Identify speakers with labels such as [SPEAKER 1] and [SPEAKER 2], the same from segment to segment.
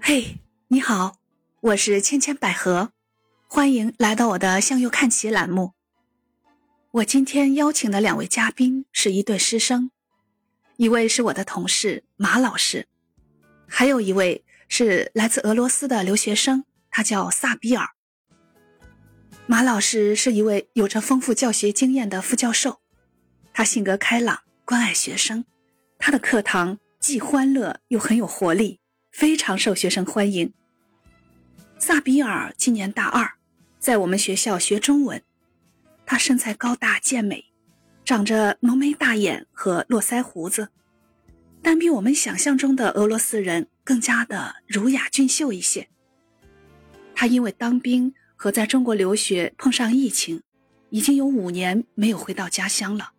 [SPEAKER 1] 嘿，你好，我是千千百合，欢迎来到我的向右看齐栏目。我今天邀请的两位嘉宾是一对师生，一位是我的同事马老师，还有一位是来自俄罗斯的留学生，他叫萨比尔。马老师是一位有着丰富教学经验的副教授，他性格开朗，关爱学生，他的课堂既欢乐又很有活力。非常受学生欢迎。萨比尔今年大二，在我们学校学中文。他身材高大健美，长着浓眉大眼和络腮胡子，但比我们想象中的俄罗斯人更加的儒雅俊秀一些。他因为当兵和在中国留学碰上疫情，已经有五年没有回到家乡了。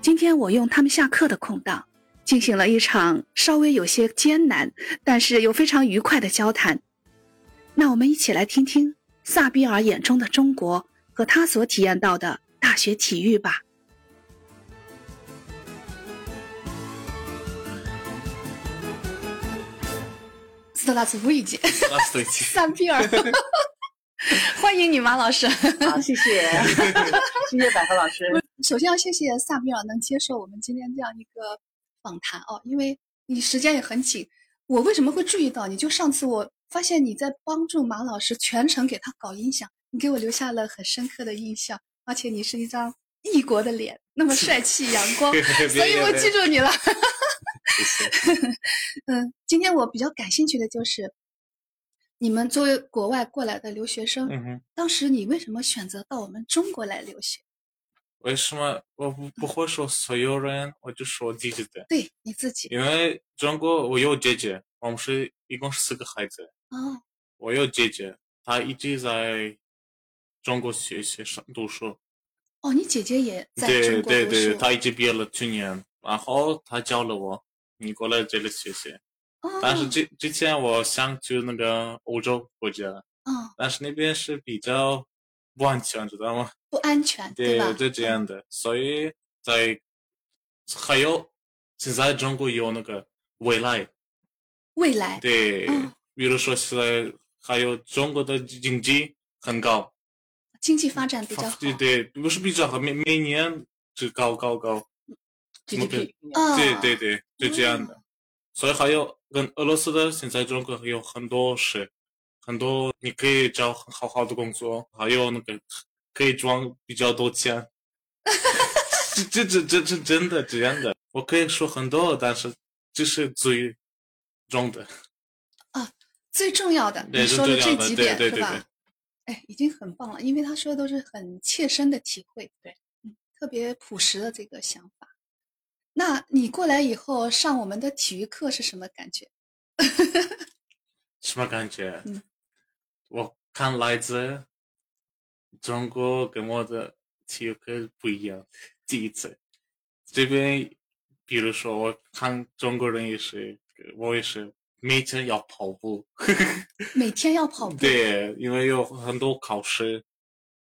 [SPEAKER 1] 今天我用他们下课的空档。进行了一场稍微有些艰难，但是又非常愉快的交谈。那我们一起来听听萨比尔眼中的中国和他所体验到的大学体育吧。斯特拉茨布已 经，萨比尔，欢迎你马老师。
[SPEAKER 2] 好，谢谢，谢谢百合老师。
[SPEAKER 1] 首先要谢谢萨比尔能接受我们今天这样一个。访谈哦，因为你时间也很紧，我为什么会注意到你？就上次我发现你在帮助马老师全程给他搞音响，你给我留下了很深刻的印象，而且你是一张异国的脸，那么帅气阳光，所以我记住你了。 嗯，今天我比较感兴趣的就是你们作为国外过来的留学生，嗯、当时你为什么选择到我们中国来留学？
[SPEAKER 3] 为什么我不不会说所有人，我就说自己的。
[SPEAKER 1] 对你自己。
[SPEAKER 3] 因为中国我有姐姐，我们是一共是四个孩子。
[SPEAKER 1] 哦。
[SPEAKER 3] 我有姐姐，她一直在中国学习上读书。
[SPEAKER 1] 哦，你姐姐也在
[SPEAKER 3] 中国对对对，她已经毕业了去年，然后她教了我，你过来这里学习。
[SPEAKER 1] 哦。
[SPEAKER 3] 但是之之前我想去那个欧洲国家。
[SPEAKER 1] 嗯、哦。
[SPEAKER 3] 但是那边是比较。不安全，知道吗？
[SPEAKER 1] 不安全，对吧？
[SPEAKER 3] 对这样的，嗯、所以在还有现在中国有那个未来，
[SPEAKER 1] 未来
[SPEAKER 3] 对，
[SPEAKER 1] 哦、
[SPEAKER 3] 比如说现在还有中国的经济很高，
[SPEAKER 1] 经济发展比较好，
[SPEAKER 3] 对对，不是比较好，每每年就高高高
[SPEAKER 2] ，GDP，
[SPEAKER 3] 嗯
[SPEAKER 1] 哦
[SPEAKER 3] 对对对，就这样的，嗯、所以还有跟俄罗斯的现在中国有很多事。很多你可以找好好的工作，还有那个可以赚比较多钱， 这这这这真的这样的，我可以说很多，但是这是最重的
[SPEAKER 1] 啊，最重要的，你说
[SPEAKER 3] 的
[SPEAKER 1] 这几点
[SPEAKER 3] 对对
[SPEAKER 1] 吧？哎，已经很棒了，因为他说的都是很切身的体会，
[SPEAKER 2] 对，
[SPEAKER 1] 嗯，特别朴实的这个想法。那你过来以后上我们的体育课是什么感觉？
[SPEAKER 3] 什么感觉？
[SPEAKER 1] 嗯。
[SPEAKER 3] 我看来自中国跟我的体育课不一样，第一次这边，比如说我看中国人也是，我也是每天要跑步，
[SPEAKER 1] 每天要 跑步。
[SPEAKER 3] 对，因为有很多考试，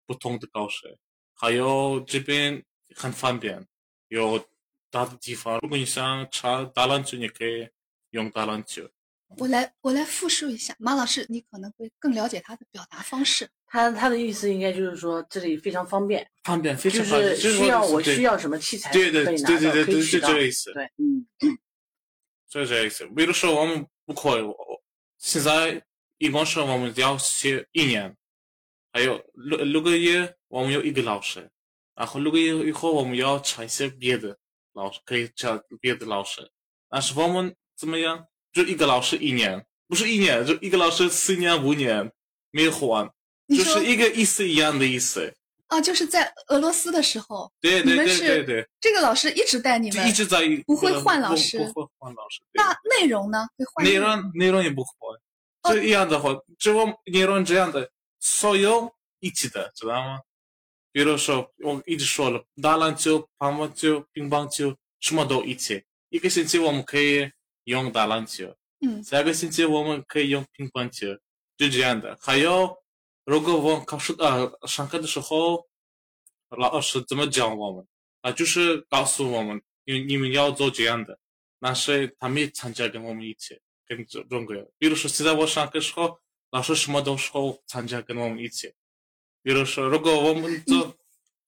[SPEAKER 3] 不同的考试，还有这边很方便，有大的地方，如果你想查打篮球，你可以用打篮球。
[SPEAKER 1] 我来，我来复述一下，马老师，你可能会更了解他的表达方式。
[SPEAKER 2] 他他的意思应该就是说，这里非常方便，
[SPEAKER 3] 方便，非常方
[SPEAKER 2] 便，就是需要我需要什么器材，
[SPEAKER 3] 对对
[SPEAKER 2] 对
[SPEAKER 3] 对对对，是这
[SPEAKER 2] 个
[SPEAKER 3] 意思。
[SPEAKER 2] 对，嗯，
[SPEAKER 3] 是这个意思。比如说我们不可以，现在一共是我们要学一年，还有六六个月，我们有一个老师，然后六个月以后我们要找一些别的老师，可以找别的老师。但是我们怎么样？就一个老师一年，不是一年，就一个老师四年五年没还，就是一个意思一样的意思。
[SPEAKER 1] 啊，就是在俄罗斯的时候，
[SPEAKER 3] 对对对对对，
[SPEAKER 1] 这个老师一直带你们，
[SPEAKER 3] 一直在
[SPEAKER 1] 不会换老师，
[SPEAKER 3] 不会换老师。
[SPEAKER 1] 那内容呢？会哦换
[SPEAKER 3] 内容内容也不换，这样的话，这个内容这样的，所有一起的，知道吗？比如说，我一直说了，打篮球、乒乓球、乒乓球什么都一起。一个星期我们可以。用打篮球，
[SPEAKER 1] 嗯，
[SPEAKER 3] 下个星期我们可以用乒乓球，就这样的。还有，如果我考试啊、呃、上课的时候，老师怎么教我们啊、呃？就是告诉我们，你你们要做这样的。但是他没参加跟我们一起，跟中中国人。比如说现在我上课时候，老师什么都时候参加跟我们一起。比如说，如果我们做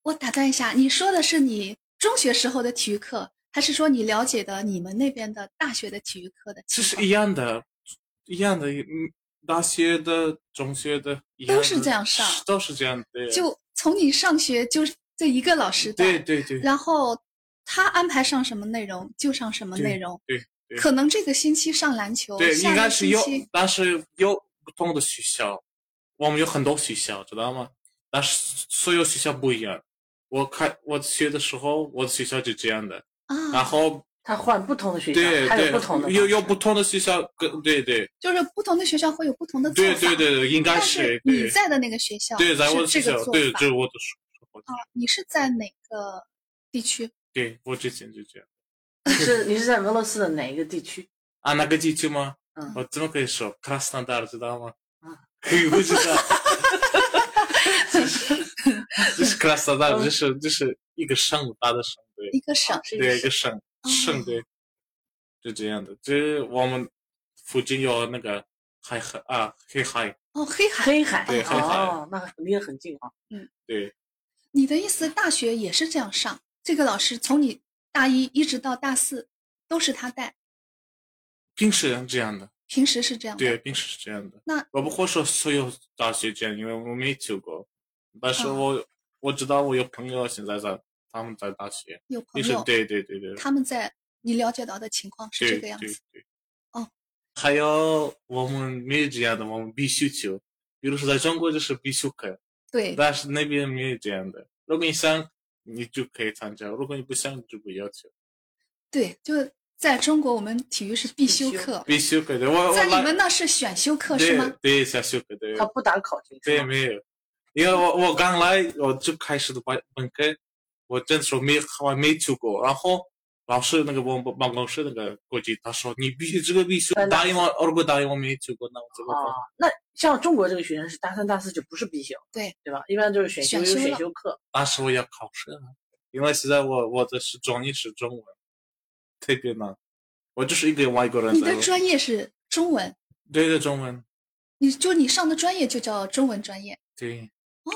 [SPEAKER 1] 我打断一下，你说的是你中学时候的体育课，还是说你了解的你们那边的大学的体育课的
[SPEAKER 3] 其
[SPEAKER 1] 情
[SPEAKER 3] 实
[SPEAKER 1] 况？
[SPEAKER 3] 一样的，一样的，嗯，大学的、中学的，一样
[SPEAKER 1] 都
[SPEAKER 3] 的
[SPEAKER 1] 是这样上
[SPEAKER 3] 都是这样的。
[SPEAKER 1] 就从你上学就是这一个老师带，
[SPEAKER 3] 对对对，
[SPEAKER 1] 然后他安排上什么内容就上什么内容。
[SPEAKER 3] 对对
[SPEAKER 1] 可能这个星期上篮球，
[SPEAKER 3] 对，
[SPEAKER 1] 下
[SPEAKER 3] 应
[SPEAKER 1] 个
[SPEAKER 3] 该是
[SPEAKER 1] 星
[SPEAKER 3] 有
[SPEAKER 1] 期，
[SPEAKER 3] 但是有不同的学校，我们有很多学校，知道吗？但是所有学校不一样。我看我学的时候，我的学校就这样的，
[SPEAKER 1] 啊，
[SPEAKER 3] 然后
[SPEAKER 2] 他换不同的学校，
[SPEAKER 3] 对
[SPEAKER 2] 他
[SPEAKER 3] 对，
[SPEAKER 2] 有不同的
[SPEAKER 3] 有
[SPEAKER 2] 方
[SPEAKER 3] 有
[SPEAKER 2] 式
[SPEAKER 3] 不同的学校，跟对对
[SPEAKER 1] 就是不同的学校会有不同呃的做
[SPEAKER 3] 对
[SPEAKER 1] 法。
[SPEAKER 3] 对对对，应该
[SPEAKER 1] 但
[SPEAKER 3] 是
[SPEAKER 1] 是
[SPEAKER 3] 对
[SPEAKER 1] 你在的那个学校
[SPEAKER 3] 对，在我的
[SPEAKER 1] 是
[SPEAKER 3] 学
[SPEAKER 1] 这
[SPEAKER 3] 校
[SPEAKER 1] 个，做
[SPEAKER 3] 对，
[SPEAKER 1] 法
[SPEAKER 3] 这是我的说法，
[SPEAKER 1] 啊？你是在哪个地区？
[SPEAKER 3] 对我之前就这样。
[SPEAKER 2] 你是你是在俄罗斯的哪一个地 区？
[SPEAKER 3] 啊，那个地区吗？
[SPEAKER 2] 嗯
[SPEAKER 3] 我怎么可以说 Krasnodar 知道吗？
[SPEAKER 1] 嗯
[SPEAKER 2] 啊，
[SPEAKER 3] 可以不 知道。就是 Krasnodar，就是就是一个省，大的省，对。
[SPEAKER 1] 嗯一个省？嗯
[SPEAKER 2] 是
[SPEAKER 3] 对，一
[SPEAKER 2] 一
[SPEAKER 3] 个
[SPEAKER 2] 个
[SPEAKER 3] 省省对，就这样的。这我们附近有那个海河啊，黑海，
[SPEAKER 1] 哦，黑海。
[SPEAKER 2] 黑海
[SPEAKER 3] 对黑海
[SPEAKER 2] 哦，那离得很近啊。
[SPEAKER 3] 对
[SPEAKER 1] 你的意思，大学也是这样上？这个老师从你大一一直到大四都是他带，
[SPEAKER 3] 平时这样的，
[SPEAKER 1] 平时是这样的。
[SPEAKER 3] 对，平时是这样的。
[SPEAKER 1] 那
[SPEAKER 3] 我不会说所有大学这样，因为我没去过，但是
[SPEAKER 1] 嗯
[SPEAKER 3] 我、我知道我有朋友现在在他们在大学，
[SPEAKER 1] 有
[SPEAKER 3] 就
[SPEAKER 1] 朋
[SPEAKER 3] 是
[SPEAKER 1] 友，
[SPEAKER 3] 对对对对，
[SPEAKER 1] 他们在你了解到的情况是
[SPEAKER 3] 对
[SPEAKER 1] 这
[SPEAKER 3] 对
[SPEAKER 1] 个样子。
[SPEAKER 3] 对。
[SPEAKER 1] 哦，
[SPEAKER 3] 还有我们没有这样的，我们必须去，比如说在中国就是必修课。
[SPEAKER 1] 对，
[SPEAKER 3] 但是那边没有这样的。如果你想，你就可以参加；如果你不想，就不要去。
[SPEAKER 1] 对，就在中国，我们体育是必修
[SPEAKER 2] 必修
[SPEAKER 1] 课，
[SPEAKER 3] 必修课的，我我
[SPEAKER 1] 在
[SPEAKER 3] 来
[SPEAKER 1] 你们那是选修课是
[SPEAKER 3] 对
[SPEAKER 1] 吗？
[SPEAKER 3] 对下修课对
[SPEAKER 2] 他不打考勤是
[SPEAKER 3] 对
[SPEAKER 2] 吗？
[SPEAKER 3] 没有，因为我我刚来我就开始的本本科，我真是没还没去过。然后老师那个我们办公室那个过去，他说你必须这个必须
[SPEAKER 2] 在哪
[SPEAKER 3] 答应我，如果答应我没去过，那我怎么办？
[SPEAKER 1] 嗯
[SPEAKER 2] 啊，那像中国这个学生是大三、大四就不是必修，
[SPEAKER 1] 对
[SPEAKER 2] 对吧？一般就是选修有
[SPEAKER 1] 选修
[SPEAKER 2] 选
[SPEAKER 1] 了
[SPEAKER 2] 修课，
[SPEAKER 3] 但是我要考试啊，因为现在我我的是专业是中文，特别难。我就是一个外国人
[SPEAKER 1] 你
[SPEAKER 3] 在
[SPEAKER 1] 的
[SPEAKER 3] 那
[SPEAKER 1] 专业是中文，
[SPEAKER 3] 对对，中文
[SPEAKER 1] 你就你上的专业就叫中文专业
[SPEAKER 3] 对，
[SPEAKER 1] 哦。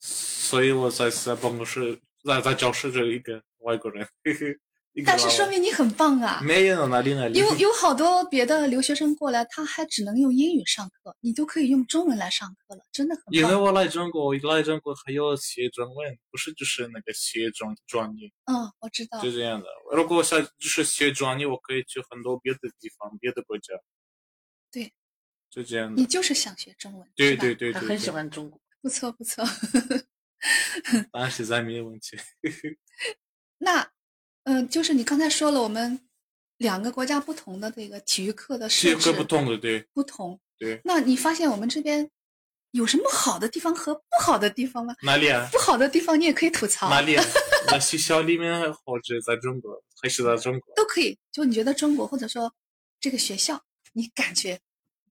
[SPEAKER 3] 所以我在在办公室在在教室就一个外国人， 嘿嘿，一个
[SPEAKER 1] 但是
[SPEAKER 3] 老
[SPEAKER 1] 说
[SPEAKER 3] 外
[SPEAKER 1] 明你很棒啊，
[SPEAKER 3] 没有哪里哪里
[SPEAKER 1] 有有好多别的留学生过来，他还只能用英语上课，你都可以用中文来上课了，真的很
[SPEAKER 3] 因为
[SPEAKER 1] 棒。
[SPEAKER 3] 我来中国，我来中国还要学中文，不是就是那个学专专业，
[SPEAKER 1] 嗯，我知道
[SPEAKER 3] 就。这样的。如果我想就是学专业，我可以去很多别的地方、别的国家。
[SPEAKER 1] 对，
[SPEAKER 3] 就这样的
[SPEAKER 1] 你。就是想学中文，
[SPEAKER 3] 对
[SPEAKER 1] 是吧
[SPEAKER 3] 对，对
[SPEAKER 2] 他
[SPEAKER 3] 对，
[SPEAKER 2] 很
[SPEAKER 3] 对
[SPEAKER 2] 喜，欢中国。
[SPEAKER 1] 不错不错。
[SPEAKER 3] 但是在没有问题。
[SPEAKER 1] 那，嗯、就是你刚才说了，我们两个国家不同的这个体育课的
[SPEAKER 3] 体育
[SPEAKER 1] 设
[SPEAKER 3] 课
[SPEAKER 1] 置
[SPEAKER 3] 不同的，对
[SPEAKER 1] 不同。
[SPEAKER 3] 对，
[SPEAKER 1] 那你发现我们这边有什么好的地方和不好的地方吗？
[SPEAKER 3] 哪里啊？
[SPEAKER 1] 不好的地方你也可以吐槽
[SPEAKER 3] 哪，里啊？在学校里面，或者在中国，还是在中国？
[SPEAKER 1] 都可以。就你觉得中国或者说这个学校，你感觉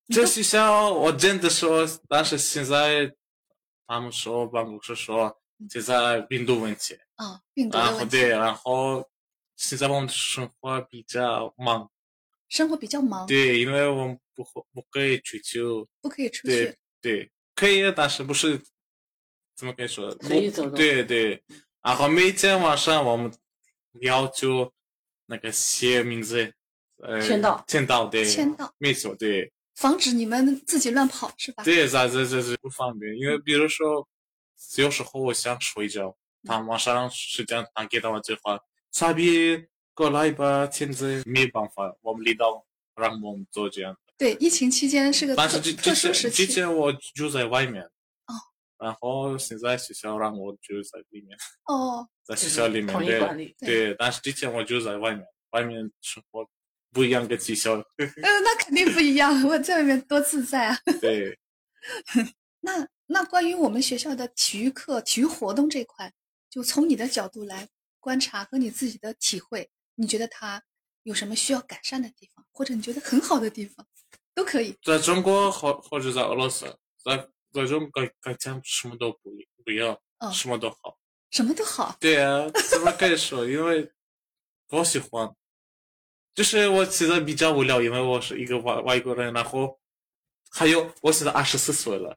[SPEAKER 1] 你
[SPEAKER 3] 这
[SPEAKER 1] 都
[SPEAKER 3] 学校我真的说，但是现在他们说办公室说现在病毒问题，
[SPEAKER 1] 啊、病毒
[SPEAKER 3] 然
[SPEAKER 1] 的
[SPEAKER 3] 后
[SPEAKER 1] 问题
[SPEAKER 3] 对，，然后现在我们生活比较忙，
[SPEAKER 1] 生活比较忙，
[SPEAKER 3] 对，因为我们不会不可以追求，
[SPEAKER 1] 不可以出去
[SPEAKER 3] 对。对，可以，但是不是怎么可以说？
[SPEAKER 2] 随意走动
[SPEAKER 3] 对对，然后每天晚上我们要求那个写名字，呃，
[SPEAKER 2] 签到
[SPEAKER 3] 签到对，
[SPEAKER 1] 签到，
[SPEAKER 3] 没错对。
[SPEAKER 1] 防止你们自己乱跑 是吧？
[SPEAKER 3] 对，在这这这不方便，因为比如说，有时候我想睡觉，
[SPEAKER 1] 嗯
[SPEAKER 3] 他晚上时间他给到我电话，傻逼，过来吧，现在没办法，我们领导让我们做这样。
[SPEAKER 1] 对，疫情期间是个
[SPEAKER 3] 但
[SPEAKER 1] 特
[SPEAKER 3] 是之
[SPEAKER 1] 特
[SPEAKER 3] 之
[SPEAKER 1] 殊时
[SPEAKER 3] 前之
[SPEAKER 1] 期。
[SPEAKER 3] 前我住在外面，
[SPEAKER 1] 哦，
[SPEAKER 3] 然后现在学校让我住在里面，
[SPEAKER 1] 哦，
[SPEAKER 3] 在
[SPEAKER 2] 就
[SPEAKER 3] 学
[SPEAKER 2] 是
[SPEAKER 3] 校里面，
[SPEAKER 2] 统一管理
[SPEAKER 3] 对对，但是之前我住在外面，外面生活不一样跟学校，
[SPEAKER 1] 呃，那肯定不一样，我在外面多自在啊。
[SPEAKER 3] 对，
[SPEAKER 1] 那那关于我们学校的体育课、体育活动这块，就从你的角度来观察和你自己的体会，你觉得它有什么需要改善的地方，或者你觉得很好的地方，都可以。
[SPEAKER 3] 在中国或或者在俄罗斯，在在中国感觉什么都不不要，
[SPEAKER 1] 嗯
[SPEAKER 3] 什么都好。
[SPEAKER 1] 什么都好，
[SPEAKER 3] 对啊，怎么可以说？因为我喜欢，就是我现在比较无聊，因为我是一个外外国人，然后还有我现在二十四岁了，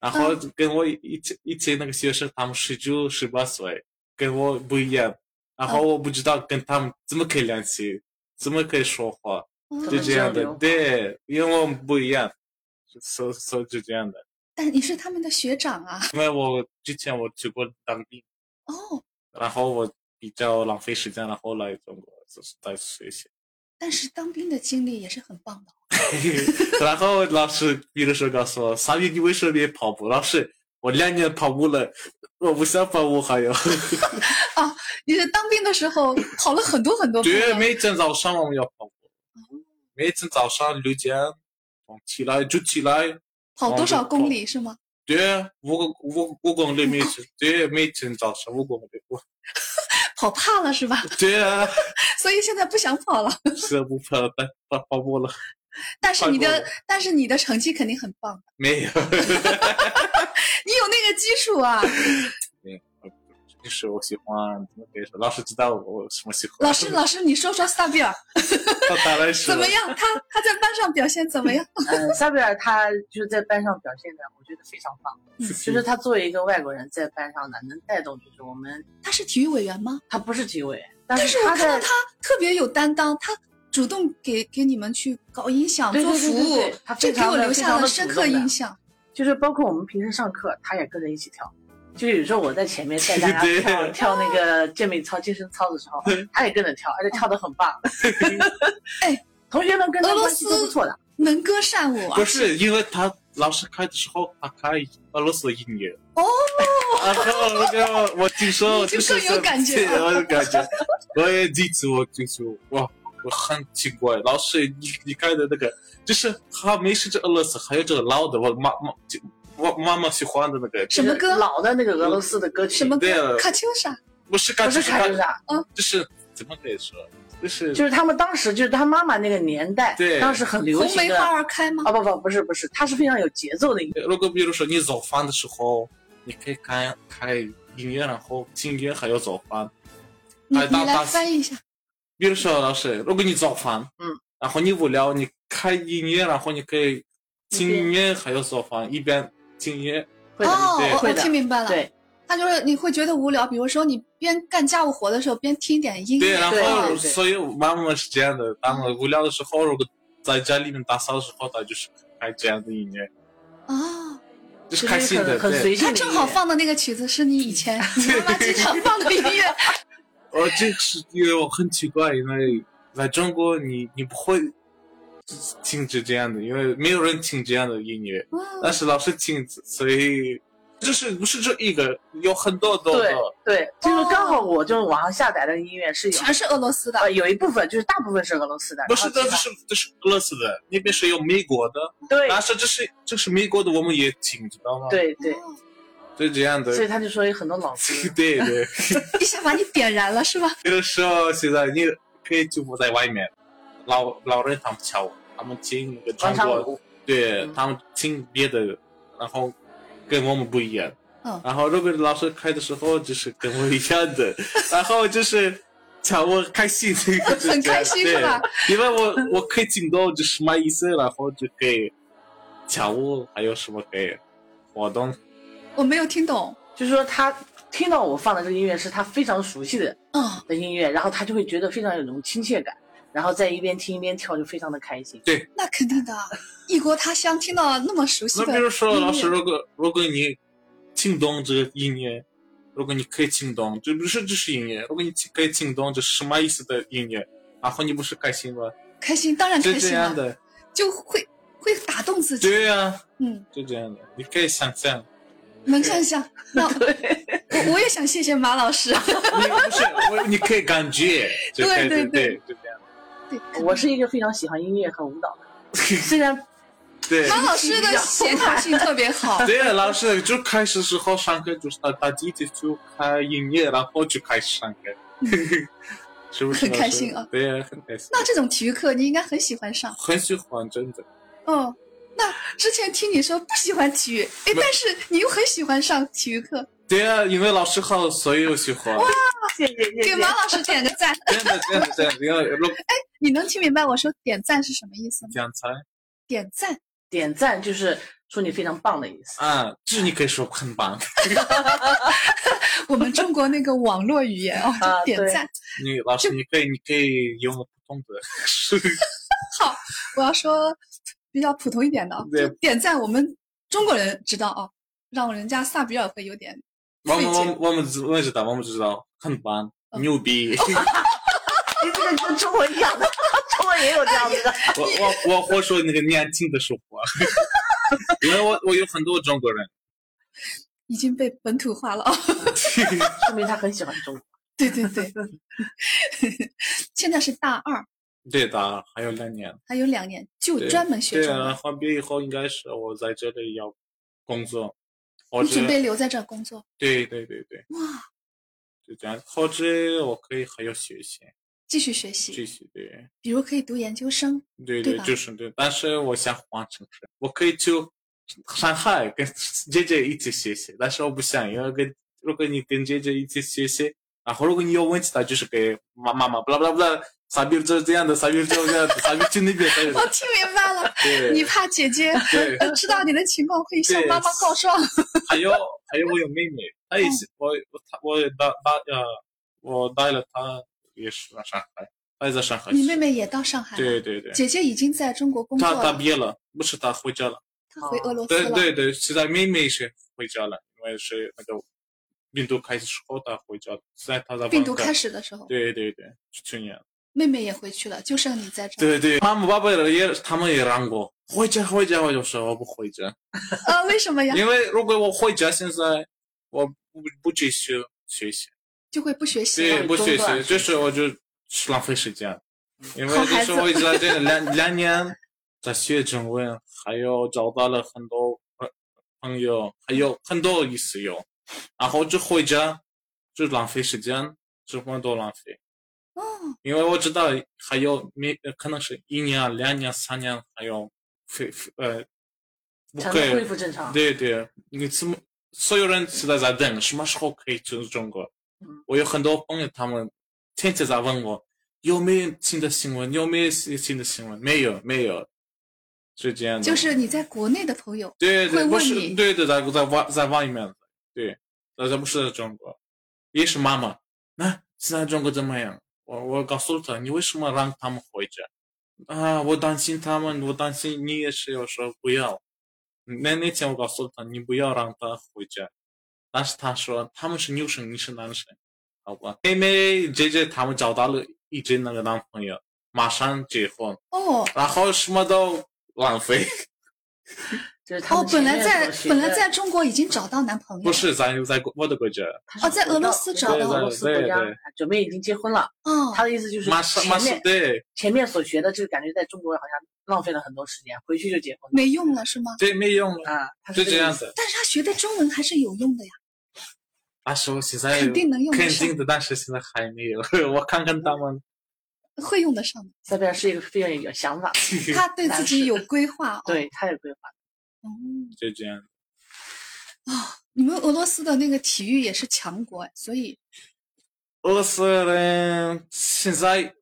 [SPEAKER 3] 然后跟我一起一起那个学生他们十九十八岁，跟我不一样，然后我不知道跟他们怎么可以联系，怎么可以说话，
[SPEAKER 1] 嗯
[SPEAKER 3] 就这样的
[SPEAKER 2] 交流，
[SPEAKER 3] 对，因为我们不一样，所所以就这样的，
[SPEAKER 1] 但你是他们的学长啊。
[SPEAKER 3] 因为我之前我去过当地，
[SPEAKER 1] 哦，
[SPEAKER 3] 然后我比较浪费时间，然后来中国就是在学习。
[SPEAKER 1] 但是当兵的经历也是很棒的。
[SPEAKER 3] 然后老师有的时候告诉我：“傻逼，你为什么也跑步？”老师，我两年跑步了，我不想跑步还有。
[SPEAKER 1] 你在当兵的时候 跑了很多很多步
[SPEAKER 3] 对，
[SPEAKER 1] 吗
[SPEAKER 3] 每天早上我们要跑步，每天早上六点嗯起来就起来，
[SPEAKER 1] 跑多少公里是吗？
[SPEAKER 3] 对，五个五五公里每天，对，每天早上五公里，我
[SPEAKER 1] 跑怕了是吧？
[SPEAKER 3] 对啊，
[SPEAKER 1] 所以现在不想跑了。
[SPEAKER 3] 是不跑跑跑 跑步了，
[SPEAKER 1] 但是哎你
[SPEAKER 3] 太棒
[SPEAKER 1] 的
[SPEAKER 3] 了
[SPEAKER 1] 但是你的成绩肯定很棒，
[SPEAKER 3] 没有，
[SPEAKER 1] 你有那个基础啊。
[SPEAKER 3] 就是我喜欢怎么跟你说，老师知道我我什么喜欢，
[SPEAKER 1] 老师，老师，你说说萨比尔
[SPEAKER 3] 他当然是
[SPEAKER 1] 怎么样？他他在班上表现怎么样？
[SPEAKER 2] 嗯，萨贝尔他就是在班上表现的，我觉得非常棒。就是他作为一个外国人在班上呢，能带动就是我们，
[SPEAKER 1] 他是体育委员吗？
[SPEAKER 2] 他不是体委，但
[SPEAKER 1] 但
[SPEAKER 2] 是
[SPEAKER 1] 是我
[SPEAKER 2] 他
[SPEAKER 1] 看到
[SPEAKER 2] 在
[SPEAKER 1] 他特别有担当，他主动给给你们去搞音响、
[SPEAKER 2] 对
[SPEAKER 1] 做
[SPEAKER 2] 对对
[SPEAKER 1] 服
[SPEAKER 2] 对
[SPEAKER 1] 务
[SPEAKER 2] 对他，
[SPEAKER 1] 这
[SPEAKER 2] 非
[SPEAKER 1] 给
[SPEAKER 2] 常
[SPEAKER 1] 我
[SPEAKER 2] 地
[SPEAKER 1] 留
[SPEAKER 2] 非
[SPEAKER 1] 下
[SPEAKER 2] 常
[SPEAKER 1] 了
[SPEAKER 2] 地
[SPEAKER 1] 深
[SPEAKER 2] 主
[SPEAKER 1] 刻
[SPEAKER 2] 动的
[SPEAKER 1] 印象。
[SPEAKER 2] 就是包括我们平时上课，他也跟着一起跳。就是有时候我在前面带 大
[SPEAKER 3] 对
[SPEAKER 2] 家跳跳那个健美操、健身操的 时候，他也跟着跳，而且跳得很棒。
[SPEAKER 1] 哎，
[SPEAKER 2] 同学们跟
[SPEAKER 1] 俄
[SPEAKER 2] 他
[SPEAKER 1] 罗
[SPEAKER 2] 关系都不
[SPEAKER 1] 斯
[SPEAKER 2] 错的。
[SPEAKER 1] 能歌善舞啊
[SPEAKER 3] 不！是，因为他老师开的时候，他开俄罗斯音乐。
[SPEAKER 1] 哦。
[SPEAKER 3] 然后那个我听说，
[SPEAKER 1] 你就
[SPEAKER 3] 就是
[SPEAKER 1] 更有感觉了
[SPEAKER 3] 对我有感觉。我也记住，我记住，哇，我很奇怪，老师你你开的那个，就是他没事这俄罗斯，还有这个老的，我妈妈就我妈妈喜欢的那个，
[SPEAKER 1] 什么歌
[SPEAKER 2] 就是老的那个俄罗斯的歌曲？
[SPEAKER 1] 什么
[SPEAKER 3] 对
[SPEAKER 1] 歌？
[SPEAKER 3] 啊
[SPEAKER 1] 卡秋莎。
[SPEAKER 3] 不是
[SPEAKER 2] 不
[SPEAKER 3] 感
[SPEAKER 2] 是
[SPEAKER 3] 觉
[SPEAKER 2] 卡秋莎，
[SPEAKER 3] 就是怎么可以说，就是
[SPEAKER 2] 就是他们当时就是他妈妈那个年代，
[SPEAKER 3] 对
[SPEAKER 2] 当时很流
[SPEAKER 1] 红
[SPEAKER 2] 行
[SPEAKER 1] 梅
[SPEAKER 2] 的
[SPEAKER 1] 花
[SPEAKER 2] 啊
[SPEAKER 1] 儿开吗？
[SPEAKER 2] 不不不是不是，它是非常有节奏的音乐，
[SPEAKER 3] 如果比如说你早饭的时候，你可以开开音乐，然后听音乐还有早饭。
[SPEAKER 1] 你
[SPEAKER 3] 哎
[SPEAKER 1] 你
[SPEAKER 3] 当
[SPEAKER 1] 来
[SPEAKER 3] 当
[SPEAKER 1] 翻译一下。
[SPEAKER 3] 比如说，老师，如果你早饭，
[SPEAKER 2] 嗯，
[SPEAKER 3] 然后你无聊，你开音乐，然后你可以听音乐，还有早饭，一边听音乐，
[SPEAKER 2] 会的，
[SPEAKER 1] 哦，
[SPEAKER 3] 对
[SPEAKER 1] 我我
[SPEAKER 2] 会的
[SPEAKER 1] 听明白了。
[SPEAKER 2] 对，
[SPEAKER 1] 他就是你会觉得无聊，比如说你边干家务活的时候边听一点音
[SPEAKER 3] 对，
[SPEAKER 1] 乐，
[SPEAKER 3] 然
[SPEAKER 2] 对
[SPEAKER 3] 后
[SPEAKER 2] 对对
[SPEAKER 3] 所以妈妈是这样的，当我无聊的时候，如果在家里面打扫的时候，她就是开这样的音乐，
[SPEAKER 1] 哦，
[SPEAKER 3] 就
[SPEAKER 2] 其
[SPEAKER 3] 是
[SPEAKER 2] 实
[SPEAKER 3] 开心的，
[SPEAKER 2] 很很
[SPEAKER 3] 对
[SPEAKER 2] 随。性
[SPEAKER 1] 他
[SPEAKER 2] 的音乐。
[SPEAKER 1] 正好放的那个曲子是你以 前你妈妈经常放的音乐，
[SPEAKER 3] 我哦这是因为我很奇怪，因为在中国你你不会听这这样的，因为没有人听这样的音乐，但是老师听，所以就是不是这一个，有很多多
[SPEAKER 2] 对
[SPEAKER 3] 的。
[SPEAKER 2] 对，就是刚好我就是网上下载的音乐是有
[SPEAKER 1] 全是俄罗斯的
[SPEAKER 2] 呃。有一部分就是大部分是俄罗斯的，
[SPEAKER 3] 不是，
[SPEAKER 2] 然
[SPEAKER 3] 这
[SPEAKER 2] 后
[SPEAKER 3] 这
[SPEAKER 2] 其
[SPEAKER 3] 是这是俄罗斯的，那边是有美国的，
[SPEAKER 2] 他对
[SPEAKER 3] 但是这是这是美国的，我们也听，知道吗？，
[SPEAKER 2] 对对，
[SPEAKER 1] 哦
[SPEAKER 3] 就这样的。
[SPEAKER 2] 所以他就说有很多老歌，
[SPEAKER 3] 对 对，
[SPEAKER 1] 一下把你点燃了是吧？
[SPEAKER 3] 有的时候现在你可以就不在外面，老老人他们跳舞，他们听那个中
[SPEAKER 2] 广场
[SPEAKER 3] 国，
[SPEAKER 2] 舞，
[SPEAKER 3] 对
[SPEAKER 2] 嗯
[SPEAKER 3] 他们听别的，然后跟我们不一样。
[SPEAKER 1] 嗯
[SPEAKER 3] 然后如果老师开的时候就是跟我一样的， 然后就是。跳舞开心，就是
[SPEAKER 1] 很
[SPEAKER 3] 这样
[SPEAKER 1] 开心是吧？
[SPEAKER 3] 对因为我我可以听到就是什么意思，然后就可以跳舞，还有什么可以活动。
[SPEAKER 1] 我没有听懂。
[SPEAKER 2] 就是说他听到我放的这个音乐是他非常熟悉的
[SPEAKER 1] 嗯，
[SPEAKER 2] 的音乐，然后他就会觉得非常有那种亲切感，然后在一边听一边跳就非常的开心。
[SPEAKER 1] 那肯定的，异国他乡听到那么熟悉
[SPEAKER 3] 那
[SPEAKER 1] 的，
[SPEAKER 3] 比如说，老师，如果如果你听懂这个音乐，如果你可以听懂，就不是这是音乐，如果你可以听懂这是什么意思的音乐，然后你不是开心吗？
[SPEAKER 1] 开心当然
[SPEAKER 3] 就
[SPEAKER 1] 开
[SPEAKER 3] 这
[SPEAKER 1] 心
[SPEAKER 3] 样
[SPEAKER 1] 了，
[SPEAKER 3] 的，
[SPEAKER 1] 就会会打动 自己。
[SPEAKER 3] 对呀、
[SPEAKER 1] 嗯，
[SPEAKER 3] 就这样的，你可以想象，
[SPEAKER 1] 能想象。那我我也想谢谢马老 师。
[SPEAKER 3] 你不是我，你可以感 觉，就可
[SPEAKER 1] 对
[SPEAKER 3] 以
[SPEAKER 1] 对
[SPEAKER 3] 对对，就这样，
[SPEAKER 1] 对，
[SPEAKER 2] 我是一个非常喜欢音乐和舞蹈的人，虽然
[SPEAKER 3] 对。
[SPEAKER 1] 马老师的协调性特别好。
[SPEAKER 3] 对呀，老师就开始时候上课就是呃打打地铁就开音乐，然后就开始上课， 是不是？
[SPEAKER 1] 很开心啊！
[SPEAKER 3] 对呀、很开心，
[SPEAKER 1] 那这种体育课你应该很喜欢上。
[SPEAKER 3] 很喜欢，真的。
[SPEAKER 1] 哦，那之前听你说不喜欢体育，哎，但是你又很喜欢上体育课，
[SPEAKER 3] 对呀、因为老师好，所以我喜欢。
[SPEAKER 2] 谢谢谢
[SPEAKER 1] 给
[SPEAKER 2] 谢
[SPEAKER 1] 马老师点个赞。
[SPEAKER 3] 真的，真的，真的，因为如
[SPEAKER 1] 你能听明白我说点赞是什么意思吗？
[SPEAKER 3] 讲才
[SPEAKER 1] 点赞，
[SPEAKER 2] 点赞就是说你非常棒的意 思。
[SPEAKER 3] 啊，这你可以说很棒。
[SPEAKER 1] 我们中国那个网络语言 哦，
[SPEAKER 2] 啊
[SPEAKER 1] 点
[SPEAKER 2] 对
[SPEAKER 1] 赞。
[SPEAKER 3] 你老师，你可以，你可以用普通的，
[SPEAKER 1] 我要说比较普通一点的，哦，
[SPEAKER 3] 对
[SPEAKER 1] 就点赞我们中国人知道哦，让人家萨比尔会有点
[SPEAKER 3] 我们
[SPEAKER 1] 费
[SPEAKER 3] 我
[SPEAKER 1] 解
[SPEAKER 3] 们我们知我们知道，我们知道，很棒，
[SPEAKER 1] 嗯
[SPEAKER 3] 牛逼。
[SPEAKER 2] 你这个跟中文一样的，中文也有这样子的。
[SPEAKER 3] 我我我会说那个年轻的生活， 因为我我有很多中国人，
[SPEAKER 1] 已经被本土化了哦。
[SPEAKER 2] 说明他很喜欢中国。
[SPEAKER 1] 对对对，现在是大二，
[SPEAKER 3] 对的，还有两年。
[SPEAKER 1] 还有两年，就
[SPEAKER 3] 对
[SPEAKER 1] 专门学
[SPEAKER 3] 对
[SPEAKER 1] 中
[SPEAKER 3] 啊，
[SPEAKER 1] 文。
[SPEAKER 3] 换毕业以后应该是我在这里要工作，或
[SPEAKER 1] 你
[SPEAKER 3] 者
[SPEAKER 1] 准备留在这儿工作？
[SPEAKER 3] 对对对对，
[SPEAKER 1] 哇，
[SPEAKER 3] 就这样，或者我可以还要学习，
[SPEAKER 1] 继续学习，
[SPEAKER 3] 继续对。
[SPEAKER 1] 比如可以读研究 生。
[SPEAKER 3] 对
[SPEAKER 1] 对
[SPEAKER 3] 对，
[SPEAKER 1] 吧
[SPEAKER 3] 就是对，但是我想换城市，我可以去上海跟 J J 一起学习，但是我不想，因为跟如果你跟 J J 一起学习，然后如果你有问题，他就是给妈妈妈，不啦不啦不啦，傻逼就是这样的，傻逼就是这样的，傻逼去那边，傻逼
[SPEAKER 1] 我哦听明白了，
[SPEAKER 3] 对，
[SPEAKER 1] 你怕姐姐
[SPEAKER 3] 对
[SPEAKER 1] 呃知道你的情况会向
[SPEAKER 3] 对
[SPEAKER 1] 妈妈告状。
[SPEAKER 3] 还有还有我有妹妹，她也
[SPEAKER 1] 嗯
[SPEAKER 3] 是我我她我带带呃我带了她也是在上海，她也在上海，
[SPEAKER 1] 你妹妹也到上海了，
[SPEAKER 3] 对对对，
[SPEAKER 1] 姐姐已经在中国工作
[SPEAKER 3] 她她
[SPEAKER 1] 了
[SPEAKER 3] 毕，业了，不是她回家了。
[SPEAKER 1] 她回俄罗斯
[SPEAKER 3] 对
[SPEAKER 1] 了。
[SPEAKER 3] 对对，现在妹妹是回家了，因为是那个病毒开始之后她回家了，现在她在
[SPEAKER 1] 病毒开
[SPEAKER 3] 始。
[SPEAKER 1] 始的时候，
[SPEAKER 3] 对对对，去年。
[SPEAKER 1] 妹妹也回去了，就剩你在这儿。
[SPEAKER 3] 对对，妈妈爸爸也他们也让我回家回家，我就说我不回家，
[SPEAKER 1] 呃，为什么呀？
[SPEAKER 3] 因为如果我回家，现在我不不继续学习，
[SPEAKER 1] 就会不学习了。
[SPEAKER 3] 对，不学
[SPEAKER 2] 中断
[SPEAKER 3] 习，就是我就是浪费时间，因为
[SPEAKER 1] 好
[SPEAKER 3] 就
[SPEAKER 1] 孩
[SPEAKER 3] 是
[SPEAKER 1] 子
[SPEAKER 3] 我一 直在这两两年在学中文，还有找到了很多朋朋友，还有很多意思有，然后就回家就浪费时间，这么多浪费，
[SPEAKER 1] 哦，
[SPEAKER 3] 因为我知道还有没可能是一年、啊两年、三年，还有非非呃不
[SPEAKER 2] 才
[SPEAKER 3] 可
[SPEAKER 2] 能恢
[SPEAKER 3] 以，
[SPEAKER 2] 复正常。
[SPEAKER 3] 对对，你怎么所有人现在在等什么时候可以去中国？
[SPEAKER 2] 嗯
[SPEAKER 3] 我有很多朋友，他们天天在问我有没有新的新闻，有没有新新的新闻？没有，没有，是这样的。
[SPEAKER 1] 就是你在国内的朋友，
[SPEAKER 3] 对
[SPEAKER 1] 会
[SPEAKER 3] 对，不
[SPEAKER 1] 问
[SPEAKER 3] 是
[SPEAKER 1] 你
[SPEAKER 3] 对对，在在外在外面，对，在在不是在中国，也是妈妈。那、现在中国怎么样？我我告诉他，你为什么让他们回家？啊，我担心他们，我担心你也是。我说不要。那那天我告诉他，你不要让他回家。但是他说他们是女生，你是男生，好吧？妹妹、姐姐他们找到了一直那个男朋友，马上结婚，
[SPEAKER 1] 哦
[SPEAKER 3] 然后什么都浪费。
[SPEAKER 2] 就是他
[SPEAKER 1] 哦
[SPEAKER 2] 们，
[SPEAKER 1] 本
[SPEAKER 2] 前
[SPEAKER 1] 来
[SPEAKER 2] 面
[SPEAKER 1] 在
[SPEAKER 2] 所学
[SPEAKER 1] 本
[SPEAKER 2] 的
[SPEAKER 1] 来在中国已经找到男朋友，
[SPEAKER 3] 不是在在国我的国家，
[SPEAKER 2] 他
[SPEAKER 1] 哦
[SPEAKER 2] 是
[SPEAKER 1] 在
[SPEAKER 2] 回
[SPEAKER 1] 俄罗
[SPEAKER 2] 到
[SPEAKER 1] 斯
[SPEAKER 2] 回
[SPEAKER 1] 找
[SPEAKER 2] 到
[SPEAKER 1] 到
[SPEAKER 2] 俄罗斯
[SPEAKER 3] 对
[SPEAKER 2] 国家
[SPEAKER 3] 对，
[SPEAKER 2] 准备已经结婚了。
[SPEAKER 1] 哦
[SPEAKER 2] 他，的意思就是
[SPEAKER 3] 马上马
[SPEAKER 2] 前
[SPEAKER 3] 上
[SPEAKER 2] 面
[SPEAKER 3] 对
[SPEAKER 2] 前面所学的，就感觉在中国好像浪费了很多时间，回去就结婚了
[SPEAKER 1] 没用了是吗？
[SPEAKER 3] 对没用了，
[SPEAKER 2] 啊。他
[SPEAKER 3] 就是这
[SPEAKER 2] 个
[SPEAKER 3] 样
[SPEAKER 2] 意思。
[SPEAKER 3] 子。
[SPEAKER 1] 但是他学的中文还是有用的呀，
[SPEAKER 3] 但是我现在
[SPEAKER 1] 肯定能用得
[SPEAKER 3] 肯
[SPEAKER 1] 上
[SPEAKER 3] 定的，但是现在还没有。 我看看他们，
[SPEAKER 1] 会用得上 的。
[SPEAKER 2] 塞边是一个非常有想法，
[SPEAKER 1] 他对自己有规划哦。
[SPEAKER 2] 对他有规划。
[SPEAKER 1] 哦，
[SPEAKER 3] 就这样。
[SPEAKER 1] 你们俄罗斯的那个体育也是强国哎，所以
[SPEAKER 3] 俄罗斯人现在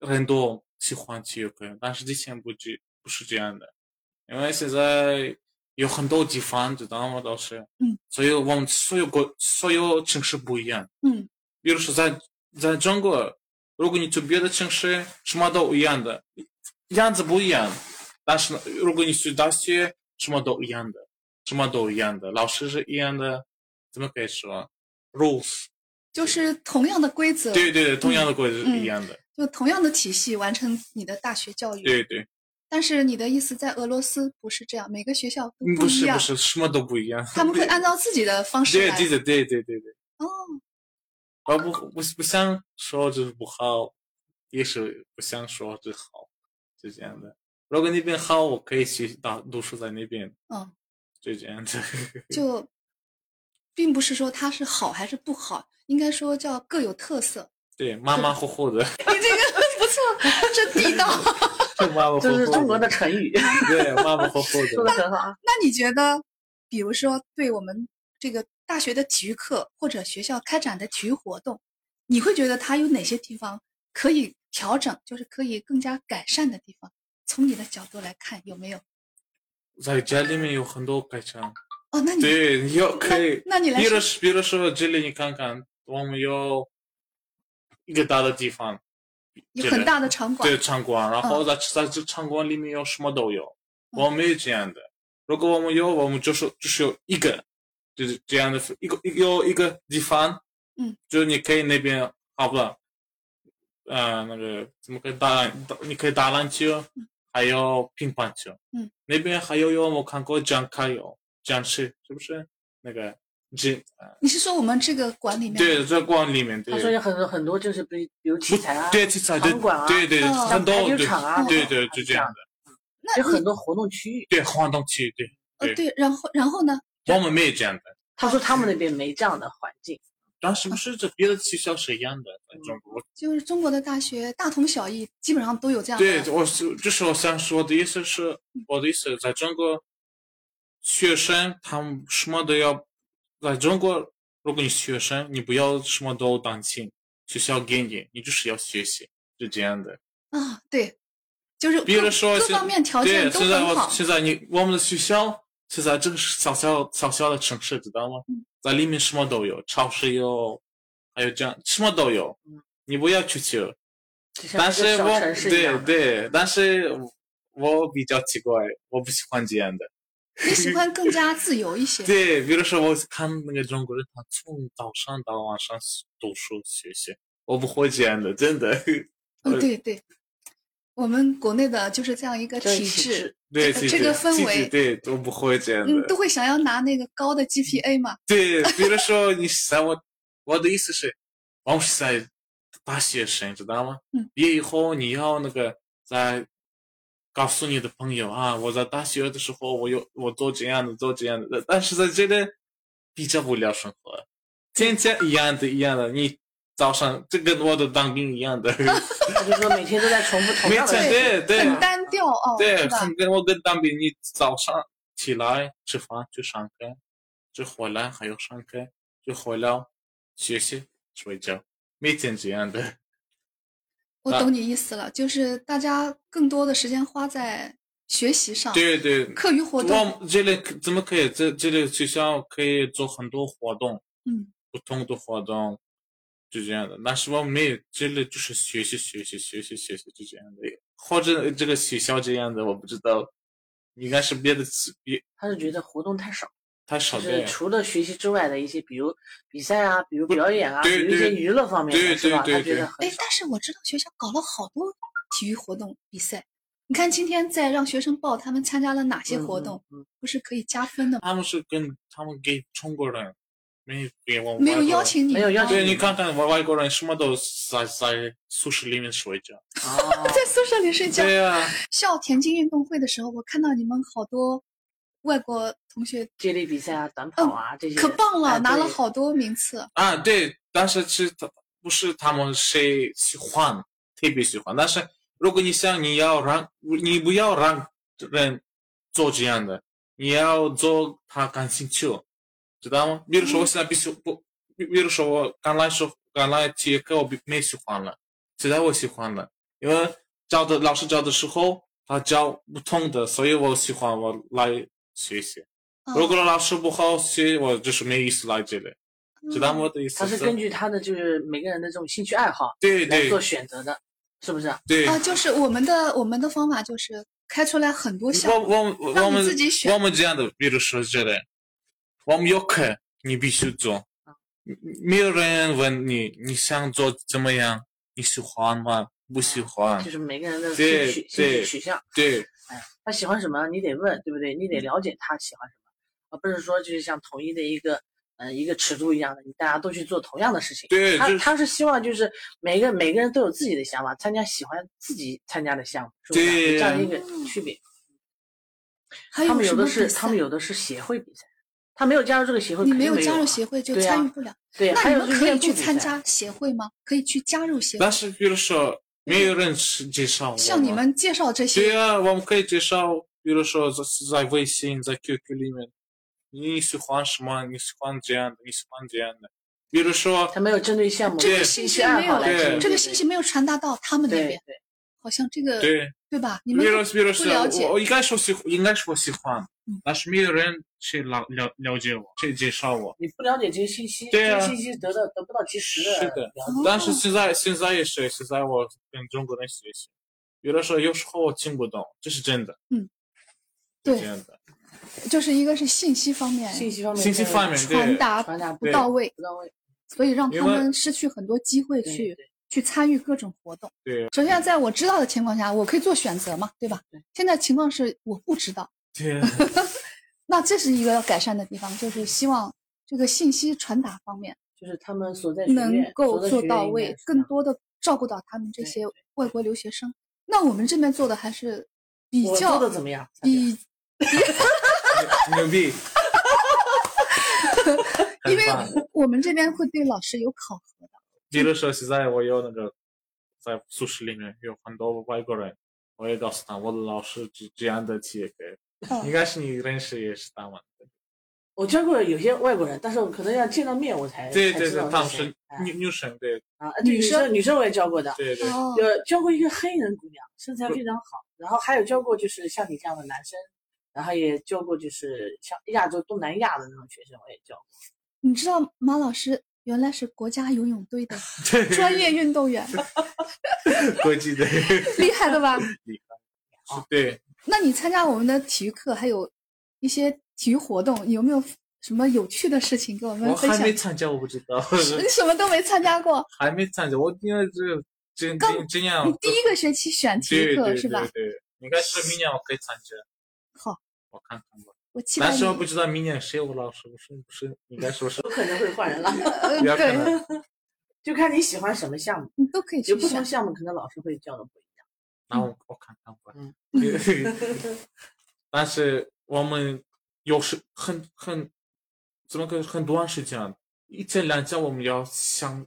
[SPEAKER 3] 很多喜欢体育课，但是之前不这不是这样的，因为现在有很多地方，知道吗？都是，
[SPEAKER 1] 嗯，
[SPEAKER 3] 所以我们所有国所有城市不一样。
[SPEAKER 1] 嗯，
[SPEAKER 3] 比如说在在中国，如果你去别的城市，什么都一样的，样子不一样。但是呢如果你去大学，什么都一样的，什么都一样的，老师是一样的，怎么可以说？rules，
[SPEAKER 1] 就是同样的规则，
[SPEAKER 3] 对对对，同样的规则是
[SPEAKER 1] 嗯
[SPEAKER 3] 一样的，
[SPEAKER 1] 就同样的体系完成你的大学教育。
[SPEAKER 3] 对对，
[SPEAKER 1] 但是你的意思在俄罗斯不是这样，每个学校都
[SPEAKER 3] 嗯不
[SPEAKER 1] 一
[SPEAKER 3] 是
[SPEAKER 1] 样
[SPEAKER 3] 不，是，什么都不一样。
[SPEAKER 1] 他们会按照自己的方式
[SPEAKER 3] 对
[SPEAKER 1] 来。
[SPEAKER 3] 对对对对对对，
[SPEAKER 1] 哦，
[SPEAKER 3] 我不不不想说这不好，也是不想说这好，就这样的。如果那边好，我可以去到读书在那边，
[SPEAKER 1] 嗯，
[SPEAKER 3] 就这样的。
[SPEAKER 1] 就并不是说它是好还是不好，应该说叫各有特 色。
[SPEAKER 3] 对，马马虎虎的，
[SPEAKER 1] 你这个 不错，真地道。
[SPEAKER 3] 马马虎虎。
[SPEAKER 2] 就是中国的成语，
[SPEAKER 3] 对，马马虎虎
[SPEAKER 2] 说的
[SPEAKER 3] 的。
[SPEAKER 2] 很好啊。
[SPEAKER 1] 那你觉得，比如说对我们这个大学的体育课或者学校开展的体育活动，你会觉得它有哪些地方可以调整，就是可以更加改善的地方？从你的角度来看，有没有？
[SPEAKER 3] 在家里面有很多改善。
[SPEAKER 1] 哦，那你
[SPEAKER 3] 对，你要可以。
[SPEAKER 1] 那你来
[SPEAKER 3] 比如
[SPEAKER 1] 说，
[SPEAKER 3] 说，比如说这里你看看，我们有一个大的地方，
[SPEAKER 1] 有很大的场馆
[SPEAKER 3] 对，场馆，然后在在这场馆里面有什么都有，
[SPEAKER 1] 嗯
[SPEAKER 3] 我们也这样的。如果我们有，我们就是就是有一个，就是这样的一个一个有一个地方，
[SPEAKER 1] 嗯，
[SPEAKER 3] 就是你可以那边好不好？呃，那个怎么可以打篮？打你可以打篮球，还有乒乓球，
[SPEAKER 1] 嗯，
[SPEAKER 3] 那边还有有我看过讲卡有讲是是不是那个这呃
[SPEAKER 1] 你是说我们这个馆里面？
[SPEAKER 3] 对在馆里面对
[SPEAKER 2] 他说有很多很多就是比比如器材啊，
[SPEAKER 3] 对器材对
[SPEAKER 2] 场馆啊
[SPEAKER 3] 对对
[SPEAKER 1] 嗯
[SPEAKER 3] 很多
[SPEAKER 2] 像排球
[SPEAKER 3] 对
[SPEAKER 2] 场啊
[SPEAKER 3] 对
[SPEAKER 2] 这
[SPEAKER 3] 对
[SPEAKER 2] 种
[SPEAKER 3] 就这样的。
[SPEAKER 1] 那
[SPEAKER 2] 有很
[SPEAKER 1] 你
[SPEAKER 2] 多活动区域。
[SPEAKER 3] 对，晃动器，对，
[SPEAKER 1] 呃对，然后然后呢？
[SPEAKER 3] 我们没有这样的。
[SPEAKER 2] 他说他们那边没这样的环境，
[SPEAKER 3] 但是不是这别的学校是一样的？在中国，
[SPEAKER 1] 就是中国的大学大同小异，基本上都有这样的。
[SPEAKER 3] 对，我是就是我想说的意思是，我的意思在中国，学生他们什么都要，在中国，如果你学生，你不要什么都担心，学校给你，你就是要学习，就这样的。
[SPEAKER 1] 啊，对，就是
[SPEAKER 3] 比如
[SPEAKER 1] 各
[SPEAKER 3] 说
[SPEAKER 1] 各
[SPEAKER 3] 现
[SPEAKER 1] 方面条件
[SPEAKER 3] 对，
[SPEAKER 1] 都
[SPEAKER 3] 现在
[SPEAKER 1] 很
[SPEAKER 3] 我
[SPEAKER 1] 好。
[SPEAKER 3] 现在你我们的学校现在这个是小小小小的城市，知道吗？
[SPEAKER 1] 嗯
[SPEAKER 3] 在里面什么都有，超市有，还有这样什么都有。
[SPEAKER 1] 嗯
[SPEAKER 3] 你不要去求，
[SPEAKER 2] 就像
[SPEAKER 3] 但
[SPEAKER 2] 一
[SPEAKER 3] 是
[SPEAKER 2] 个小
[SPEAKER 3] 我
[SPEAKER 2] 城市一
[SPEAKER 3] 对
[SPEAKER 2] 样的。
[SPEAKER 3] 对，但是我比较奇怪，我不喜欢这样的。
[SPEAKER 1] 你喜欢更加自由一 些。
[SPEAKER 3] 对，比如说我看那个中国人，他从早上到晚上读书学习，我不会这样的，真的。
[SPEAKER 1] 嗯，对对，我们国内的就是这样一个
[SPEAKER 2] 这
[SPEAKER 1] 体
[SPEAKER 2] 体
[SPEAKER 1] 制
[SPEAKER 2] 制，
[SPEAKER 3] 对，
[SPEAKER 1] 这
[SPEAKER 3] 其
[SPEAKER 1] 个
[SPEAKER 3] 实
[SPEAKER 1] 这个氛
[SPEAKER 3] 其实
[SPEAKER 1] 围，
[SPEAKER 3] 对，都不会这样的。
[SPEAKER 1] 嗯，都会想要拿那个高的 GPA 嘛。
[SPEAKER 3] 对，比如说你在我，我的意思是，我们是在大学生，知道吗？
[SPEAKER 1] 嗯。
[SPEAKER 3] 毕业以后你要那个在告诉你的朋友啊，我在大学的时候，我有我做这样的，做这样的，但是在这里比较无聊生活，天天一样的，一样的，你早上这跟我的当兵一样的，
[SPEAKER 2] 他就说每天都在重复同
[SPEAKER 3] 每
[SPEAKER 2] 样的
[SPEAKER 3] 天
[SPEAKER 2] 事
[SPEAKER 3] 对
[SPEAKER 2] 情。
[SPEAKER 3] 对
[SPEAKER 1] 很单调哦，
[SPEAKER 3] 对，啊
[SPEAKER 1] 是吧？
[SPEAKER 3] 很跟我跟当兵，你早上起来吃饭去上课，就回来还有上课，就回来学习睡觉，每天这样的。
[SPEAKER 1] 我
[SPEAKER 3] 啊
[SPEAKER 1] 懂你意思了，就是大家更多的时间花在学习上，
[SPEAKER 3] 对对，
[SPEAKER 1] 课余活动，
[SPEAKER 3] 我这里怎么可以？这这里学校可以做很多活动，
[SPEAKER 1] 嗯，
[SPEAKER 3] 不同的活动，就这样的。但是我没有，这里就是学习学习学习学习，就这样的。或者这个学校这样的，我不知道，应该是别的别
[SPEAKER 2] 他是觉得活动太少，
[SPEAKER 3] 太
[SPEAKER 2] 就
[SPEAKER 3] 少
[SPEAKER 2] 是
[SPEAKER 3] 对。
[SPEAKER 2] 除了学习之外的一些，比如比赛啊，比如表演啊，比
[SPEAKER 3] 对
[SPEAKER 2] 如一些
[SPEAKER 3] 对
[SPEAKER 2] 娱乐方面
[SPEAKER 3] 对
[SPEAKER 2] 的，是吧？
[SPEAKER 3] 对
[SPEAKER 2] 他
[SPEAKER 3] 对
[SPEAKER 2] 觉
[SPEAKER 3] 对
[SPEAKER 2] 得很
[SPEAKER 1] 哎，
[SPEAKER 2] 少。
[SPEAKER 1] 但是我知道学校搞了好多体育活动比赛，你看今天在让学生报他们参加了哪些活动，
[SPEAKER 2] 嗯，嗯嗯
[SPEAKER 1] 不是可以加分的 吗？
[SPEAKER 3] 他们是跟他们给中国人，没有给我们
[SPEAKER 1] 没有
[SPEAKER 3] 外国
[SPEAKER 1] 邀
[SPEAKER 3] 人。
[SPEAKER 1] 请你，
[SPEAKER 2] 没有邀请
[SPEAKER 3] 对，你看看外外国人什么都在在宿舍里面睡觉。
[SPEAKER 2] 哦
[SPEAKER 1] 在宿舍里睡觉。
[SPEAKER 3] 对呀、
[SPEAKER 1] 校田径运动会的时候，我看到你们好多外国同学
[SPEAKER 2] 接力比赛啊，短跑啊这些，
[SPEAKER 1] 哦可棒了，
[SPEAKER 2] 哎
[SPEAKER 1] 拿了。
[SPEAKER 2] 对
[SPEAKER 1] 好多名次。
[SPEAKER 3] 啊，对，但是是他不是他们谁喜欢，特别喜欢。但是如果你想你要让你不要让人做这样的，你要做他感兴趣，哦知道吗？比如说我现在必须不，比比如说我刚来时候刚来体育课我不没喜欢了，现在我喜欢了，因为教的老师教的时候他教不同的，所以我喜欢我来学习。
[SPEAKER 1] 啊
[SPEAKER 3] 如果老师不好学，我就是没意思来这里。知
[SPEAKER 1] 啊
[SPEAKER 3] 道吗？我的意思
[SPEAKER 2] 嗯他是根据他的就是每个人的这种兴趣爱好
[SPEAKER 3] 对
[SPEAKER 2] 来
[SPEAKER 3] 对
[SPEAKER 2] 做选择的，是不是？
[SPEAKER 3] 对，
[SPEAKER 1] 啊，就是我们的我们的方法就是开出来很多项
[SPEAKER 3] 我
[SPEAKER 1] 目，
[SPEAKER 3] 我们
[SPEAKER 1] 啊让
[SPEAKER 3] 我
[SPEAKER 1] 你
[SPEAKER 3] 们
[SPEAKER 1] 自己选
[SPEAKER 3] 我们这样的，比如说这里，我们有课你必须做，没有人问你你想做怎么样，你喜欢吗？不喜欢
[SPEAKER 2] 就，是每个人的兴
[SPEAKER 3] 对
[SPEAKER 2] 趣兴趣
[SPEAKER 3] 对
[SPEAKER 2] 取向。
[SPEAKER 3] 对
[SPEAKER 2] 他喜欢什么，你得问，对不对？你
[SPEAKER 3] 嗯
[SPEAKER 2] 得了解他喜欢什么，而不是说就是像统一的一个，呃，一个尺度一样的，你大家都去做同样的事情。
[SPEAKER 3] 对，
[SPEAKER 2] 他
[SPEAKER 3] 就是
[SPEAKER 2] 他是希望就是每个每个人都有自己的想法，参加喜欢自己参加的项目，是不是？
[SPEAKER 3] 对
[SPEAKER 2] 这样一个区别。
[SPEAKER 1] 还
[SPEAKER 2] 他
[SPEAKER 1] 有
[SPEAKER 2] 们
[SPEAKER 1] 什
[SPEAKER 2] 有
[SPEAKER 1] 么
[SPEAKER 2] 的
[SPEAKER 1] 比
[SPEAKER 2] 是
[SPEAKER 1] 赛？
[SPEAKER 2] 他们有的是协会比赛，他没有加入这个协会，
[SPEAKER 1] 你
[SPEAKER 2] 肯
[SPEAKER 1] 没
[SPEAKER 2] 定
[SPEAKER 1] 有
[SPEAKER 2] 没
[SPEAKER 1] 加入
[SPEAKER 2] 啊
[SPEAKER 1] 协会就
[SPEAKER 2] 对啊
[SPEAKER 1] 参与不了。
[SPEAKER 2] 对，
[SPEAKER 1] 那
[SPEAKER 2] 还
[SPEAKER 1] 你
[SPEAKER 2] 有
[SPEAKER 1] 们
[SPEAKER 2] 就是
[SPEAKER 1] 可以
[SPEAKER 2] 练步
[SPEAKER 1] 去
[SPEAKER 2] 比
[SPEAKER 1] 参
[SPEAKER 2] 赛。
[SPEAKER 1] 加协会吗？可以去加入协会
[SPEAKER 3] 但，是比如说没有人是介绍我
[SPEAKER 1] 向你们介绍这
[SPEAKER 3] 对
[SPEAKER 1] 些。
[SPEAKER 3] 呀、我们可以介绍，比如说在在微信、在 QQ 里面，你喜欢什么？你喜欢这样的？你喜欢这样的？比如说
[SPEAKER 2] 他没有针对项目，
[SPEAKER 1] 这个
[SPEAKER 3] 对
[SPEAKER 1] 信息
[SPEAKER 2] 兴趣
[SPEAKER 1] 没
[SPEAKER 2] 爱
[SPEAKER 1] 有
[SPEAKER 2] 好来
[SPEAKER 3] 对
[SPEAKER 2] 针
[SPEAKER 1] 这个信息没有传达到他们那
[SPEAKER 2] 对
[SPEAKER 1] 边，
[SPEAKER 2] 对，
[SPEAKER 1] 好像这个
[SPEAKER 3] 对。
[SPEAKER 1] 对吧？你
[SPEAKER 3] 比
[SPEAKER 1] 们
[SPEAKER 3] 如
[SPEAKER 1] 不
[SPEAKER 3] 比如说
[SPEAKER 1] 了解
[SPEAKER 3] 我我应该说喜欢应该说喜欢
[SPEAKER 1] 嗯，
[SPEAKER 3] 但是没有人去了了了解我，去介绍我。
[SPEAKER 2] 你不了解这些信息，
[SPEAKER 3] 对啊
[SPEAKER 2] 这些信息得到得不到及时
[SPEAKER 3] 是
[SPEAKER 2] 的
[SPEAKER 3] 的
[SPEAKER 2] 了
[SPEAKER 1] 哦
[SPEAKER 3] 但是现在现在也是，现在我跟中国人学习，有的时候有时候我听不懂，这是真的。
[SPEAKER 1] 嗯，
[SPEAKER 3] 是
[SPEAKER 1] 对
[SPEAKER 3] 这样的。
[SPEAKER 1] 就是一个是信息方面
[SPEAKER 2] 解，信息方面
[SPEAKER 3] 信息方面
[SPEAKER 1] 传达
[SPEAKER 2] 传达
[SPEAKER 1] 不
[SPEAKER 3] 对
[SPEAKER 1] 到位，
[SPEAKER 2] 不到位，
[SPEAKER 1] 所以让
[SPEAKER 3] 因
[SPEAKER 1] 他
[SPEAKER 3] 为
[SPEAKER 1] 们失去很多机会
[SPEAKER 2] 对
[SPEAKER 1] 去
[SPEAKER 2] 对
[SPEAKER 1] 去参与各种活动。
[SPEAKER 3] 对
[SPEAKER 1] 首先，在我知道的情况下，我可以做选择嘛，对吧
[SPEAKER 2] 对？
[SPEAKER 1] 现在情况是我不知道，
[SPEAKER 3] 对
[SPEAKER 1] 那这是一个要改善的地方，就是希望这个信息传达方面
[SPEAKER 2] 就是他们所在学院
[SPEAKER 1] 能够
[SPEAKER 2] 所在
[SPEAKER 1] 做
[SPEAKER 2] 学院
[SPEAKER 1] 到
[SPEAKER 2] 应该
[SPEAKER 1] 位
[SPEAKER 2] 是，
[SPEAKER 1] 更
[SPEAKER 2] 这样
[SPEAKER 1] 多的照顾到他们这
[SPEAKER 2] 对
[SPEAKER 1] 些外国留学生。那我们这边做的还是比
[SPEAKER 2] 我
[SPEAKER 1] 较
[SPEAKER 2] 做的怎么样？
[SPEAKER 1] 比，
[SPEAKER 3] 牛 逼！
[SPEAKER 1] 因为
[SPEAKER 3] 很棒
[SPEAKER 1] 我们这边会对老师有考核的，
[SPEAKER 3] 比如说现在我有那个在宿舍里面有很多外国人，我也告诉他我的老师这这样的题也可以，
[SPEAKER 1] 嗯
[SPEAKER 3] 应该是你认识也是他们的。
[SPEAKER 2] 我见过有些外国人，但是我可能要见到面我才
[SPEAKER 3] 对
[SPEAKER 2] 才
[SPEAKER 3] 对
[SPEAKER 2] 知道
[SPEAKER 3] 对，他们
[SPEAKER 2] 是谁
[SPEAKER 3] 是
[SPEAKER 1] 哎
[SPEAKER 2] 啊
[SPEAKER 3] 女女生，对
[SPEAKER 2] 啊，
[SPEAKER 1] 女
[SPEAKER 2] 对女
[SPEAKER 1] 生
[SPEAKER 2] 生女生我也教过的，
[SPEAKER 3] 对对。
[SPEAKER 1] 哦
[SPEAKER 2] 有教过一个黑人姑娘，身材非常好，然后还有教过就是像你这样的男生，然后也教过就是像亚洲东南亚的那种学生，我也教过。
[SPEAKER 1] 你知道马老师原来是国家游泳 队的
[SPEAKER 3] 对
[SPEAKER 1] 专业运动员，
[SPEAKER 3] 国际 的，
[SPEAKER 1] 厉害的吧？哦
[SPEAKER 3] 对，
[SPEAKER 1] 那你参加我们的体育课，还有一些体育活动，有没有什么有趣的事情跟我们
[SPEAKER 3] 我
[SPEAKER 1] 分
[SPEAKER 3] 还
[SPEAKER 1] 享
[SPEAKER 3] 没？参加，我不知道，
[SPEAKER 1] 你什么都没参加过，
[SPEAKER 3] 还没参加，我因为这这这这样
[SPEAKER 1] 你，第一个学期选体育
[SPEAKER 3] 对
[SPEAKER 1] 课
[SPEAKER 3] 对
[SPEAKER 1] 是吧
[SPEAKER 3] 对？对，应该是明年我可以参加，
[SPEAKER 1] 好，
[SPEAKER 3] 我看看吧，
[SPEAKER 1] 我期待
[SPEAKER 3] 但
[SPEAKER 1] 你
[SPEAKER 3] 是。我不知道明年谁有老师，不是不是，应该说是
[SPEAKER 2] 有可能会换人了，
[SPEAKER 1] 呃，
[SPEAKER 3] 不要看
[SPEAKER 1] 对，
[SPEAKER 3] 了，
[SPEAKER 2] 就看你喜欢什么项目，
[SPEAKER 1] 你都可以
[SPEAKER 2] 有
[SPEAKER 1] 去
[SPEAKER 2] 不
[SPEAKER 1] 选
[SPEAKER 2] 同。项目可能老师会教的不一样。
[SPEAKER 3] 那我我看看吧
[SPEAKER 2] 嗯，
[SPEAKER 3] 但是我们有时很很怎么个很短时间，啊一天两天我们要上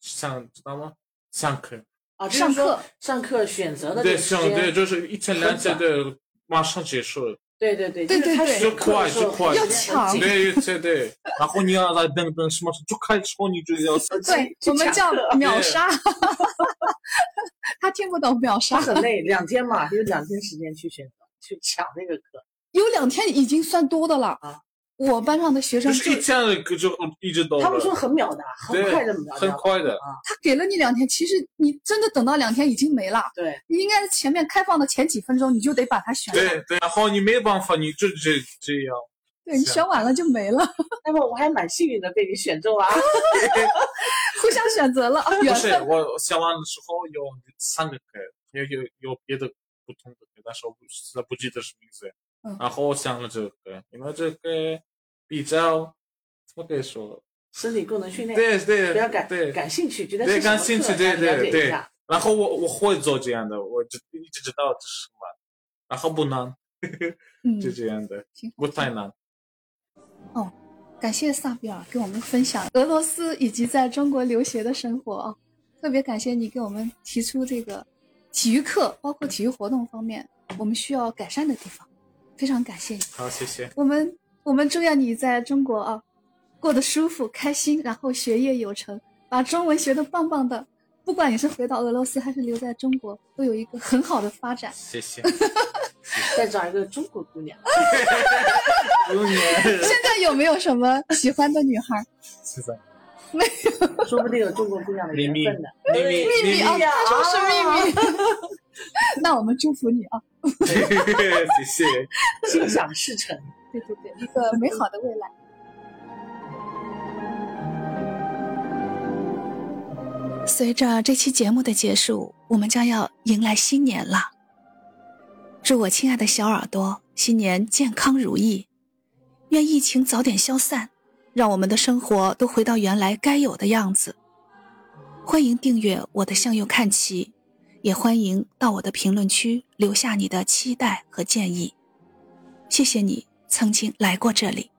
[SPEAKER 3] 上知道吗？上课。
[SPEAKER 2] 啊，就是
[SPEAKER 1] 上
[SPEAKER 2] 说
[SPEAKER 1] 课
[SPEAKER 2] 上课选择的这
[SPEAKER 3] 对，
[SPEAKER 2] 个时
[SPEAKER 3] 像
[SPEAKER 2] 间，
[SPEAKER 3] 对，就是一天两
[SPEAKER 2] 很
[SPEAKER 3] 天
[SPEAKER 2] 短
[SPEAKER 3] 的马上结束了，
[SPEAKER 2] 对对对
[SPEAKER 1] 对
[SPEAKER 2] 就是他
[SPEAKER 1] 对
[SPEAKER 2] 选
[SPEAKER 3] 就
[SPEAKER 2] 课的
[SPEAKER 3] 快
[SPEAKER 2] 时候
[SPEAKER 3] 就快
[SPEAKER 1] 要
[SPEAKER 2] 时间
[SPEAKER 1] 抢
[SPEAKER 2] 很紧
[SPEAKER 3] 对对对，然后你要再等等什么时候就开始，你就要生气。
[SPEAKER 1] 对我们叫 秒杀， 他听不懂秒杀
[SPEAKER 2] 他。很累，两天嘛，有两天时间去选择去抢这个课，
[SPEAKER 1] 有两天已经算多的了
[SPEAKER 2] 啊。
[SPEAKER 1] 我班上的学
[SPEAKER 3] 就
[SPEAKER 1] 生
[SPEAKER 3] 是
[SPEAKER 1] 就
[SPEAKER 3] 一天的就一直到了
[SPEAKER 2] 他们说很秒的，很
[SPEAKER 3] 对
[SPEAKER 2] 快的秒
[SPEAKER 3] 很
[SPEAKER 2] 的，
[SPEAKER 3] 快的，
[SPEAKER 1] 他给了你两天，其实你真的等到两天已经没了。
[SPEAKER 2] 对，
[SPEAKER 1] 你应该前面开放的前几分钟你就得把它选完，
[SPEAKER 3] 对对，然后你没办法，你就这这样。
[SPEAKER 1] 对你
[SPEAKER 3] 是啊
[SPEAKER 1] 选晚了就没了，
[SPEAKER 2] 那么我还蛮幸运的被你 选中了啊，
[SPEAKER 1] 互相选择了哦
[SPEAKER 3] 不
[SPEAKER 1] 缘
[SPEAKER 3] 是
[SPEAKER 1] 分。
[SPEAKER 3] 我想完的时候有三个课，有有有别的不同的课，但是我不实在不记得是名字。
[SPEAKER 1] 嗯
[SPEAKER 3] 然后我想了这个课，因为这个比较怎么可以说？
[SPEAKER 2] 身体功能训练，
[SPEAKER 3] 对对，
[SPEAKER 2] 比较感
[SPEAKER 3] 对
[SPEAKER 2] 感兴趣，觉得
[SPEAKER 3] 对
[SPEAKER 2] 是什么
[SPEAKER 3] 感兴趣
[SPEAKER 2] 课
[SPEAKER 3] 对
[SPEAKER 2] 想了
[SPEAKER 3] 对
[SPEAKER 2] 解一
[SPEAKER 3] 对
[SPEAKER 2] 下
[SPEAKER 3] 然后我我会做这样的，我就一直知道这是什么，然后不难，
[SPEAKER 1] 嗯，
[SPEAKER 3] 就这样的，
[SPEAKER 1] 挺好
[SPEAKER 3] 不太难。
[SPEAKER 1] 感谢萨比尔给我们分享俄罗斯以及在中国留学的生活啊，特别感谢你给我们提出这个体育课，包括体育活动方面我们需要改善的地方，非常感谢你。
[SPEAKER 3] 好，谢谢，
[SPEAKER 1] 我们我们祝愿你在中国啊过得舒服开心，然后学业有成，把中文学得棒棒的。不管你是回到俄罗斯还是留在中国，都有一个很好的发 展。
[SPEAKER 3] 谢谢。
[SPEAKER 2] 再找一个中国姑娘，
[SPEAKER 3] 不用你，
[SPEAKER 1] 现在有没有什么喜欢的女孩？
[SPEAKER 3] 是 的，
[SPEAKER 2] 说不定有中国姑娘的
[SPEAKER 3] 秘
[SPEAKER 2] 缘
[SPEAKER 3] 密
[SPEAKER 2] 分呢。
[SPEAKER 3] 秘密秘密
[SPEAKER 1] 啊，
[SPEAKER 2] 呀
[SPEAKER 1] 他说是秘密。 那我们祝福你啊！，
[SPEAKER 3] 谢谢。
[SPEAKER 2] 心想事成。
[SPEAKER 1] 对对对，一个美好的未来。
[SPEAKER 4] 随着这期节目的结束，我们将要迎来新年了。祝我亲爱的小耳朵新年健康如意，愿疫情早点消散，让我们的生活都回到原来该有的样子。欢迎订阅我的向右看齐，也欢迎到我的评论区留下你的期待和建议。谢谢你曾经来过这里。